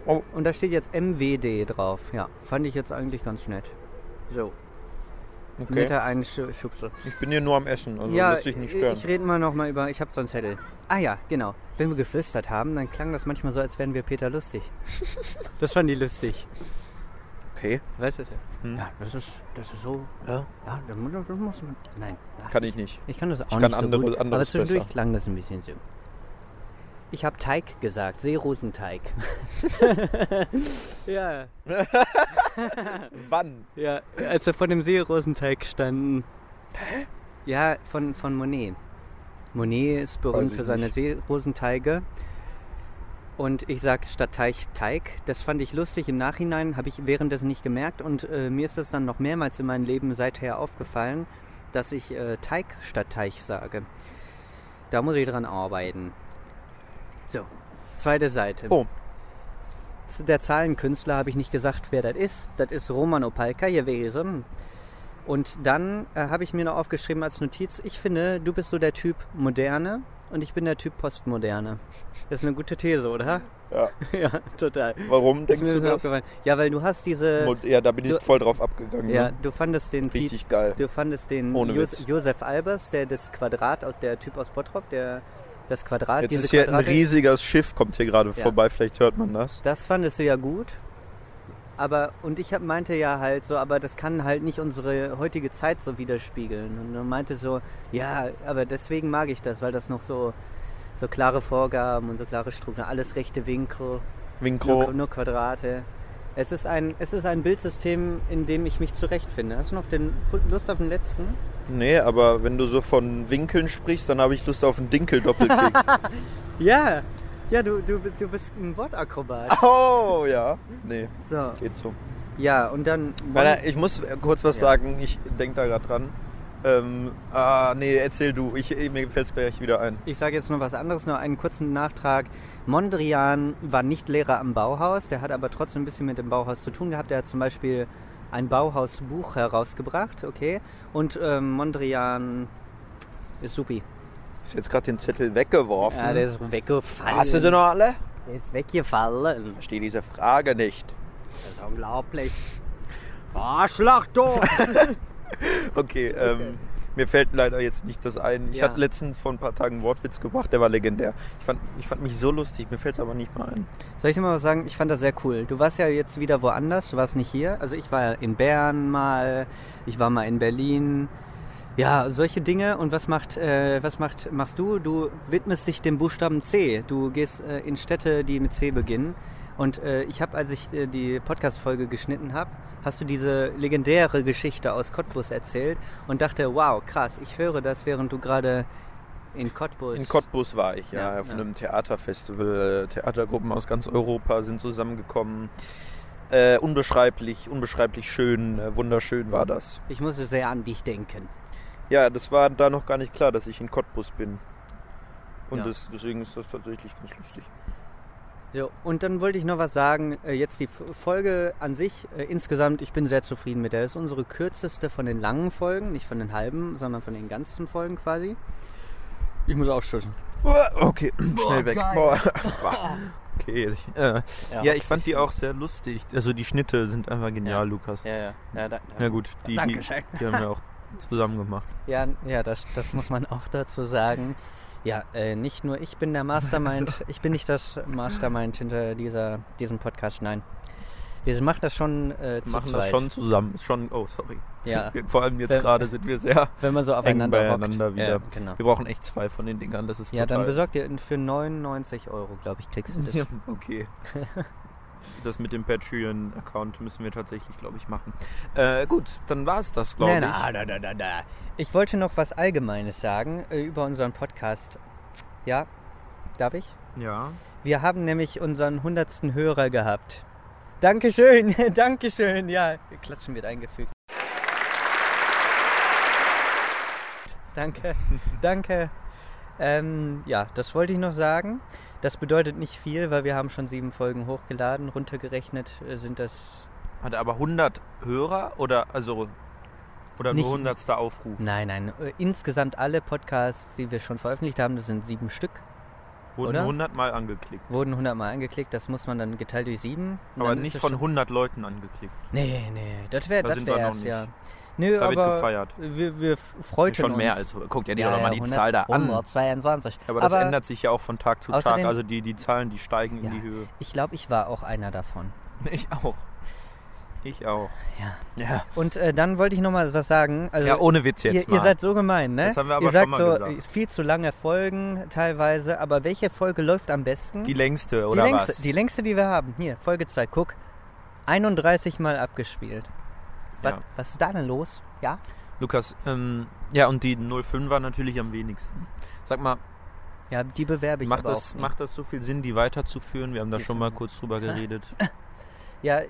[SPEAKER 1] Oh.
[SPEAKER 4] Und da steht jetzt MWD drauf. Ja, fand ich jetzt eigentlich ganz nett. So,
[SPEAKER 1] Okay.
[SPEAKER 4] mit der einen Schu- Schubse.
[SPEAKER 1] Ich bin hier nur am Essen, also
[SPEAKER 4] ja, äh,
[SPEAKER 1] lass dich nicht stören.
[SPEAKER 4] ich rede mal nochmal über, ich habe so einen Zettel. Ah ja, genau. Wenn wir geflüstert haben, dann klang das manchmal so, als wären wir Peter lustig. das fand die lustig.
[SPEAKER 1] okay.
[SPEAKER 4] Weißt du?
[SPEAKER 1] Hm.
[SPEAKER 4] Ja, das ist, das ist so,
[SPEAKER 1] Ja.
[SPEAKER 4] ja, das muss- das muss man, nein. Ach,
[SPEAKER 1] Kann ich nicht.
[SPEAKER 4] Ich kann das auch
[SPEAKER 1] kann
[SPEAKER 4] nicht so
[SPEAKER 1] andere-
[SPEAKER 4] gut, aber
[SPEAKER 1] anderes
[SPEAKER 4] zwischendurch
[SPEAKER 1] besser.
[SPEAKER 4] klang das ein bisschen so. Ich habe Teig gesagt, Seerosenteig. ja,
[SPEAKER 1] Wann?
[SPEAKER 4] ja, als wir vor dem Seerosenteig standen. Ja, von, von Monet. Monet ist
[SPEAKER 1] Weiß
[SPEAKER 4] berühmt
[SPEAKER 1] ich
[SPEAKER 4] für seine Seerosenteige. Und ich sag statt Teich Teig. Das fand ich lustig im Nachhinein, habe ich währenddessen nicht gemerkt. Und äh, mir ist das dann noch mehrmals in meinem Leben seither aufgefallen, dass ich äh, Teig statt Teich sage. Da muss ich dran arbeiten. So, zweite Seite.
[SPEAKER 1] Oh.
[SPEAKER 4] Zu Der Zahlenkünstler habe ich nicht gesagt, wer das ist. Das ist Roman Opalka gewesen. Und dann äh, habe ich mir noch aufgeschrieben als Notiz, ich finde, du bist so der Typ Moderne und ich bin der Typ Postmoderne. Das ist eine gute These, oder?
[SPEAKER 1] Ja.
[SPEAKER 4] ja, total.
[SPEAKER 1] Warum
[SPEAKER 4] Das
[SPEAKER 1] denkst
[SPEAKER 4] ist mir
[SPEAKER 1] du
[SPEAKER 4] ein bisschen
[SPEAKER 1] das?
[SPEAKER 4] aufgefallen. Ja, weil du hast diese...
[SPEAKER 1] Mod- Ja, da bin ich
[SPEAKER 4] Du-
[SPEAKER 1] voll drauf abgegangen.
[SPEAKER 4] ja,
[SPEAKER 1] ne?
[SPEAKER 4] du fandest den Piet-
[SPEAKER 1] Richtig geil.
[SPEAKER 4] Du fandest den
[SPEAKER 1] Ohne
[SPEAKER 4] Jos
[SPEAKER 1] Witz.
[SPEAKER 4] Josef Albers, der das Quadrat aus der Typ aus Bottrop, der das Quadrat,
[SPEAKER 1] Jetzt
[SPEAKER 4] diese
[SPEAKER 1] ist hier ein
[SPEAKER 4] Quadrate-
[SPEAKER 1] riesiges Schiff, kommt hier gerade
[SPEAKER 4] Ja.
[SPEAKER 1] vorbei, vielleicht hört man das.
[SPEAKER 4] Das fandest du ja gut. Aber, und ich hab, meinte ja halt so, aber das kann halt nicht unsere heutige Zeit so widerspiegeln. Und er meinte so, ja, aber deswegen mag ich das, weil das noch so, so klare Vorgaben und so klare Strukturen, alles rechte Winkel, nur,
[SPEAKER 1] Winkro.
[SPEAKER 4] nur Quadrate. Es ist, ein, es ist ein Bildsystem, in dem ich mich zurechtfinde. Hast du noch den, Lust auf den letzten?
[SPEAKER 1] Nee, aber wenn du so von Winkeln sprichst, dann habe ich Lust auf einen Dinkel-Doppelkick.
[SPEAKER 4] Ja, ja, du, du, du bist ein Wortakrobat.
[SPEAKER 1] oh, ja. Nee,
[SPEAKER 4] So,
[SPEAKER 1] geht so.
[SPEAKER 4] ja, und dann.
[SPEAKER 1] Meiner, ich muss äh, kurz was
[SPEAKER 4] Ja.
[SPEAKER 1] sagen, ich denke da gerade dran. Ähm, ah, nee, erzähl du. Ich, äh, mir fällt es gleich wieder ein.
[SPEAKER 4] Ich sage jetzt nur was anderes, nur einen kurzen Nachtrag. Mondrian war nicht Lehrer am Bauhaus, der hat aber trotzdem ein bisschen mit dem Bauhaus zu tun gehabt. Der hat zum Beispiel ein Bauhausbuch herausgebracht, okay? Und ähm, Mondrian ist supi.
[SPEAKER 1] Ist jetzt gerade den Zettel weggeworfen.
[SPEAKER 4] Ja, der ist weggefallen.
[SPEAKER 1] Hast du sie noch alle?
[SPEAKER 4] Der ist weggefallen.
[SPEAKER 1] Verstehe diese Frage nicht.
[SPEAKER 4] Das ist unglaublich. Arschloch, du!
[SPEAKER 1] Okay, ähm, mir fällt leider jetzt nicht das ein. Ich
[SPEAKER 4] Ja.
[SPEAKER 1] hatte letztens vor ein paar Tagen einen Wortwitz gemacht, der war legendär. Ich fand, ich fand mich so lustig, mir fällt es aber nicht mal ein.
[SPEAKER 4] Soll ich dir mal was sagen? Ich fand das sehr cool. Du warst ja jetzt wieder woanders, du warst nicht hier. Also ich war ja in Bern mal, ich war mal in Berlin. Ja, solche Dinge. Und was macht, äh, was macht, machst du? Du widmest dich dem Buchstaben C. Du gehst äh, in Städte, die mit C beginnen. Und äh, ich habe, als ich äh, die Podcast-Folge geschnitten habe, hast du diese legendäre Geschichte aus Cottbus erzählt und dachte, wow, krass, ich höre das, während du gerade in Cottbus.
[SPEAKER 1] In Cottbus war ich, ja,
[SPEAKER 4] Ja,
[SPEAKER 1] auf
[SPEAKER 4] ja.
[SPEAKER 1] einem Theaterfestival. Theatergruppen aus ganz Europa sind zusammengekommen. Äh, unbeschreiblich, unbeschreiblich schön, äh, wunderschön war das.
[SPEAKER 4] Ich musste sehr an dich denken.
[SPEAKER 1] Ja, das war da noch gar nicht klar, dass ich in Cottbus bin. Und
[SPEAKER 4] Ja.
[SPEAKER 1] das, deswegen ist das tatsächlich ganz lustig.
[SPEAKER 4] So, und dann wollte ich noch was sagen. Äh, Jetzt die F- Folge an sich, äh, insgesamt, ich bin sehr zufrieden mit der. Das ist unsere kürzeste von den langen Folgen, nicht von den halben, sondern von den ganzen Folgen quasi. Ich muss auch schütteln.
[SPEAKER 1] Uah, Okay, schnell weg.
[SPEAKER 4] geil.
[SPEAKER 1] Boah. Boah. Okay. ich- Äh, ja, ich fand die
[SPEAKER 2] sicher.
[SPEAKER 1] auch sehr lustig. Also die Schnitte sind einfach genial,
[SPEAKER 2] Ja.
[SPEAKER 1] Lukas.
[SPEAKER 2] Ja, ja. ja da,
[SPEAKER 1] Na gut, die, die,
[SPEAKER 4] Dankeschön.
[SPEAKER 1] die haben wir auch zusammen gemacht.
[SPEAKER 4] Ja, ja das, das muss man auch dazu sagen. Ja, äh, nicht nur ich bin der Mastermind, ich bin nicht das Mastermind hinter dieser, diesem Podcast, nein. Wir machen das schon äh,
[SPEAKER 1] Wir machen
[SPEAKER 4] zu
[SPEAKER 1] das
[SPEAKER 4] zweit.
[SPEAKER 1] schon zusammen. Ist Schon, oh, sorry.
[SPEAKER 4] Ja.
[SPEAKER 1] Wir, vor allem jetzt
[SPEAKER 4] Wenn-
[SPEAKER 1] gerade sind wir sehr
[SPEAKER 4] Wenn man so
[SPEAKER 1] eng
[SPEAKER 4] aufeinander hockt.
[SPEAKER 1] beieinander wieder.
[SPEAKER 4] Ja, genau.
[SPEAKER 1] Wir brauchen echt zwei von den Dingern. Das ist
[SPEAKER 4] Ja, dann
[SPEAKER 1] total...
[SPEAKER 4] besorgt ihr ihn für 99 Euro, glaube ich, kriegst du das.
[SPEAKER 1] Okay. Das mit dem Patreon-Account müssen wir tatsächlich, glaube ich, machen. Äh, gut, dann war es das, glaube ich.
[SPEAKER 4] Na, na, na, na, na. Ich wollte noch was Allgemeines sagen äh, über unseren Podcast. Ja, darf ich?
[SPEAKER 1] Ja.
[SPEAKER 4] Wir haben nämlich unseren hundertsten Hörer gehabt. Dankeschön, Dankeschön. Ja, Klatschen wird eingefügt. Danke, danke. Ähm, ja, das wollte ich noch sagen. Das bedeutet nicht viel, weil wir haben schon sieben Folgen hochgeladen. Runtergerechnet äh, sind das
[SPEAKER 1] Hat er aber 100 Hörer oder also oder
[SPEAKER 4] Nicht-
[SPEAKER 1] nur 100. Aufruf?
[SPEAKER 4] Nein, nein. äh, Insgesamt alle Podcasts, die wir schon veröffentlicht haben, das sind sieben Stück,
[SPEAKER 1] Wurden
[SPEAKER 4] oder?
[SPEAKER 1] 100 Mal angeklickt.
[SPEAKER 4] wurden 100 Mal angeklickt. Das muss man dann geteilt durch sieben. und
[SPEAKER 1] Aber
[SPEAKER 4] dann ist
[SPEAKER 1] nicht
[SPEAKER 4] es
[SPEAKER 1] von
[SPEAKER 4] schon-
[SPEAKER 1] 100 Leuten angeklickt.
[SPEAKER 4] Nee, nee. Das wäre
[SPEAKER 1] Da
[SPEAKER 4] das
[SPEAKER 1] sind wir noch
[SPEAKER 4] wär's,
[SPEAKER 1] nicht.
[SPEAKER 4] ja. Nö,
[SPEAKER 1] Da wird
[SPEAKER 4] aber
[SPEAKER 1] gefeiert.
[SPEAKER 4] Wir, wir f- freuten
[SPEAKER 1] Schon
[SPEAKER 4] uns.
[SPEAKER 1] mehr als 100. Guck dir
[SPEAKER 4] Ja,
[SPEAKER 1] doch
[SPEAKER 4] ja,
[SPEAKER 1] mal die
[SPEAKER 4] 100,
[SPEAKER 1] Zahl da an.
[SPEAKER 4] 122.
[SPEAKER 1] Aber das ändert sich ja auch von Tag zu Tag.
[SPEAKER 4] Außerdem-
[SPEAKER 1] Also die, die Zahlen, die steigen
[SPEAKER 4] Ja.
[SPEAKER 1] in die Höhe.
[SPEAKER 4] Ich glaube, ich war auch einer davon.
[SPEAKER 1] Ich auch. Ich auch.
[SPEAKER 4] Ja.
[SPEAKER 1] Ja,
[SPEAKER 4] Und äh, dann wollte ich noch mal was sagen. Also,
[SPEAKER 1] ja ohne Witz jetzt
[SPEAKER 4] ihr,
[SPEAKER 1] mal.
[SPEAKER 4] ihr seid so gemein, ne?
[SPEAKER 1] Das haben wir aber
[SPEAKER 4] ihr
[SPEAKER 1] schon
[SPEAKER 4] sagt
[SPEAKER 1] mal
[SPEAKER 4] so
[SPEAKER 1] gesagt.
[SPEAKER 4] äh, viel zu lange Folgen teilweise. Aber welche Folge läuft am besten?
[SPEAKER 1] die längste, oder
[SPEAKER 4] die, längste,
[SPEAKER 1] was?
[SPEAKER 4] die längste, die wir haben. Hier, Folge 2, guck. 31 Mal abgespielt. Was,
[SPEAKER 1] Ja.
[SPEAKER 4] was ist da denn los? Ja?
[SPEAKER 1] Lukas, ähm, ja und die 05er natürlich am wenigsten. Sag mal,
[SPEAKER 4] Ja, die bewerbe ich
[SPEAKER 1] macht
[SPEAKER 4] aber
[SPEAKER 1] das,
[SPEAKER 4] auch. nicht.
[SPEAKER 1] macht das so viel Sinn, die weiterzuführen? Wir haben da
[SPEAKER 4] Die
[SPEAKER 1] schon mal
[SPEAKER 4] fünf.
[SPEAKER 1] kurz drüber geredet.
[SPEAKER 4] Ja, ich,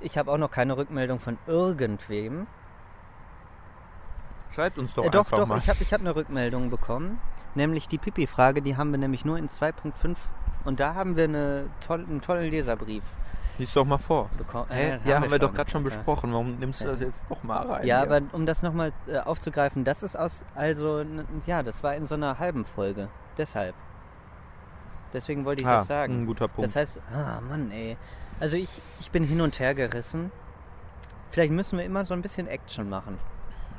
[SPEAKER 4] ich habe auch noch keine Rückmeldung von irgendwem.
[SPEAKER 1] Schreibt uns doch
[SPEAKER 4] äh, doch,
[SPEAKER 1] einfach
[SPEAKER 4] doch,
[SPEAKER 1] mal.
[SPEAKER 4] ich habe ich hab eine Rückmeldung bekommen. Nämlich die Pipi-Frage, die haben wir nämlich nur in 2.5. Und da haben wir eine tolle, einen tollen Leserbrief
[SPEAKER 1] Lies doch mal vor.
[SPEAKER 4] bekommen.
[SPEAKER 1] Hä?
[SPEAKER 4] Äh,
[SPEAKER 1] ja, haben wir doch gerade schon
[SPEAKER 4] Ja.
[SPEAKER 1] besprochen. Warum nimmst du das
[SPEAKER 4] Ja.
[SPEAKER 1] jetzt nochmal rein?
[SPEAKER 4] Ja,
[SPEAKER 1] hier?
[SPEAKER 4] aber um das nochmal äh, aufzugreifen, das ist aus, also, n- ja, das war in so einer halben Folge. Deshalb. Deswegen wollte ich
[SPEAKER 1] ah,
[SPEAKER 4] das sagen.
[SPEAKER 1] Ein guter Punkt.
[SPEAKER 4] Das heißt, ah, Mann, ey. Also ich, ich bin hin und her gerissen. Vielleicht müssen wir immer so ein bisschen Action machen.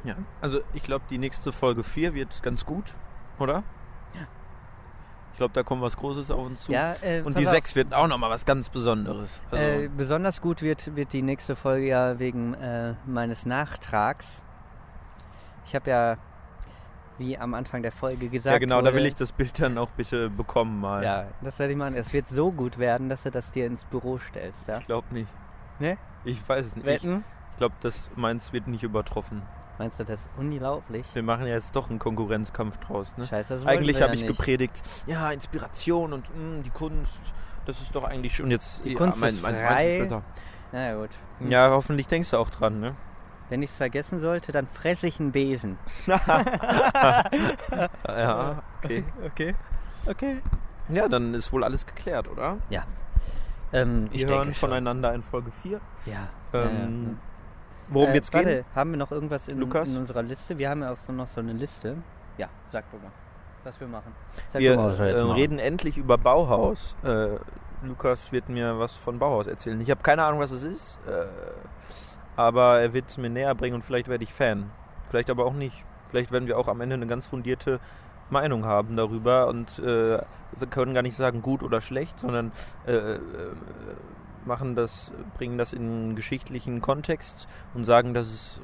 [SPEAKER 1] ja. Also ich glaube, die nächste Folge 4 wird ganz gut, oder? Ich glaube, da kommt was Großes auf uns zu.
[SPEAKER 4] Ja, äh,
[SPEAKER 1] Und
[SPEAKER 4] pass
[SPEAKER 1] die
[SPEAKER 4] auf.
[SPEAKER 1] 6 wird auch nochmal was ganz Besonderes. Also,
[SPEAKER 4] Äh, besonders gut wird, wird die nächste Folge ja wegen äh, meines Nachtrags. Ich habe ja, wie am Anfang der Folge gesagt,
[SPEAKER 1] ja, genau, da will
[SPEAKER 4] wurde-
[SPEAKER 1] ich das Bild dann auch bitte bekommen mal.
[SPEAKER 4] Ja, das werde ich machen. Es wird so gut werden, dass du das dir ins Büro stellst. Ja?
[SPEAKER 1] Ich glaube nicht.
[SPEAKER 4] Ne?
[SPEAKER 1] Ich weiß es nicht. Ich,
[SPEAKER 4] Wetten?
[SPEAKER 1] ich glaube, das meins wird nicht übertroffen.
[SPEAKER 4] Meinst du das ist unglaublich?
[SPEAKER 1] Wir machen ja jetzt doch einen Konkurrenzkampf draus. Ne?
[SPEAKER 4] Scheiße, das wollen
[SPEAKER 1] Eigentlich
[SPEAKER 4] wir ja
[SPEAKER 1] habe ich
[SPEAKER 4] nicht.
[SPEAKER 1] gepredigt, ja, Inspiration und mh, die Kunst, das ist doch eigentlich schon jetzt...
[SPEAKER 4] Die
[SPEAKER 1] ja,
[SPEAKER 4] Kunst ist frei.
[SPEAKER 1] Bitte.
[SPEAKER 4] Na ja, gut.
[SPEAKER 1] ja, hoffentlich denkst du auch dran, ne?
[SPEAKER 4] Wenn ich es vergessen sollte, dann fresse ich einen Besen.
[SPEAKER 1] Ja, okay.
[SPEAKER 4] Okay. Okay.
[SPEAKER 1] Ja, dann ist wohl alles geklärt, oder?
[SPEAKER 4] Ja. Ähm, ich
[SPEAKER 1] Wir
[SPEAKER 4] denke
[SPEAKER 1] hören
[SPEAKER 4] schon.
[SPEAKER 1] voneinander in Folge 4.
[SPEAKER 4] Ja. ja, ja.
[SPEAKER 1] Ähm, worum
[SPEAKER 4] äh,
[SPEAKER 1] geht's
[SPEAKER 4] warte,
[SPEAKER 1] gehen?
[SPEAKER 4] haben wir noch irgendwas in,
[SPEAKER 1] Lukas?
[SPEAKER 4] in unserer Liste? Wir haben ja auch so noch so eine Liste. Ja, sag doch mal, was wir machen. Sag
[SPEAKER 1] Wir
[SPEAKER 4] doch mal, was
[SPEAKER 1] äh,
[SPEAKER 4] machen.
[SPEAKER 1] reden endlich über Bauhaus. Äh, Lukas wird mir was von Bauhaus erzählen. Ich habe keine Ahnung, was es ist, äh, aber er wird es mir näher bringen und vielleicht werde ich Fan. Vielleicht aber auch nicht. Vielleicht werden wir auch am Ende eine ganz fundierte Meinung haben darüber und äh, sie können gar nicht sagen gut oder schlecht, sondern äh, äh, machen das, bringen das in einen geschichtlichen Kontext und sagen, dass es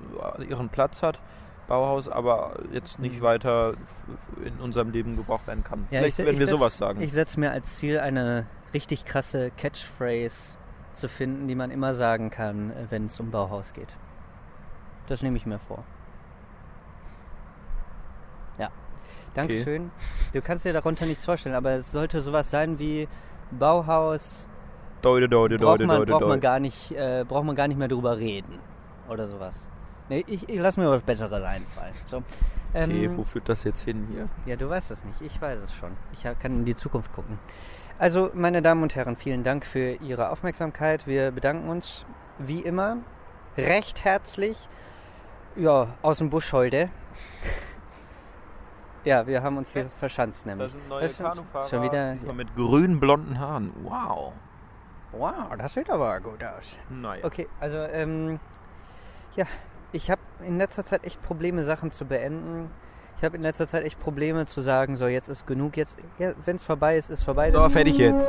[SPEAKER 1] ihren Platz hat. Bauhaus aber jetzt nicht
[SPEAKER 4] Mhm.
[SPEAKER 1] weiter f- f- in unserem Leben gebraucht werden kann.
[SPEAKER 4] Ja,
[SPEAKER 1] Vielleicht
[SPEAKER 4] ich-
[SPEAKER 1] werden
[SPEAKER 4] ich
[SPEAKER 1] wir
[SPEAKER 4] setz-
[SPEAKER 1] sowas sagen.
[SPEAKER 4] Ich setze mir als Ziel, eine richtig krasse Catchphrase zu finden, die man immer sagen kann, äh, wenn es um Bauhaus geht. Das nehme ich mir vor. Ja. Dankeschön. Du kannst dir darunter nichts vorstellen, aber es sollte sowas sein wie Bauhaus
[SPEAKER 1] Deute, deute,
[SPEAKER 4] braucht
[SPEAKER 1] deute,
[SPEAKER 4] man,
[SPEAKER 1] deute,
[SPEAKER 4] braucht man
[SPEAKER 1] deute.
[SPEAKER 4] gar nicht, äh, braucht man gar nicht mehr drüber reden oder sowas. Nee, ich, ich lass mir was Besseres einfallen. So.
[SPEAKER 1] Okay,
[SPEAKER 4] Ähm,
[SPEAKER 1] wo führt das jetzt hin hier?
[SPEAKER 4] ja, du weißt es nicht. Ich weiß es schon. Ich ha- kann in die Zukunft gucken. Also, meine Damen und Herren, vielen Dank für Ihre Aufmerksamkeit. Wir bedanken uns wie immer recht herzlich. Ja, aus dem Busch heute. Ja, wir haben uns hier verschanzt nämlich.
[SPEAKER 1] sind
[SPEAKER 4] neue Das sind Kanufahrer, schon wieder- diesmal
[SPEAKER 1] mit grün blonden Haaren. Wow.
[SPEAKER 4] Wow, das sieht aber gut aus.
[SPEAKER 1] Naja.
[SPEAKER 4] Okay, also ähm, ja, ich habe in letzter Zeit echt Probleme, Sachen zu beenden. Ich habe in letzter Zeit echt Probleme zu sagen, so jetzt ist genug, jetzt, ja, wenn es vorbei ist, ist vorbei.
[SPEAKER 1] So,
[SPEAKER 4] Dann-
[SPEAKER 1] fertig jetzt.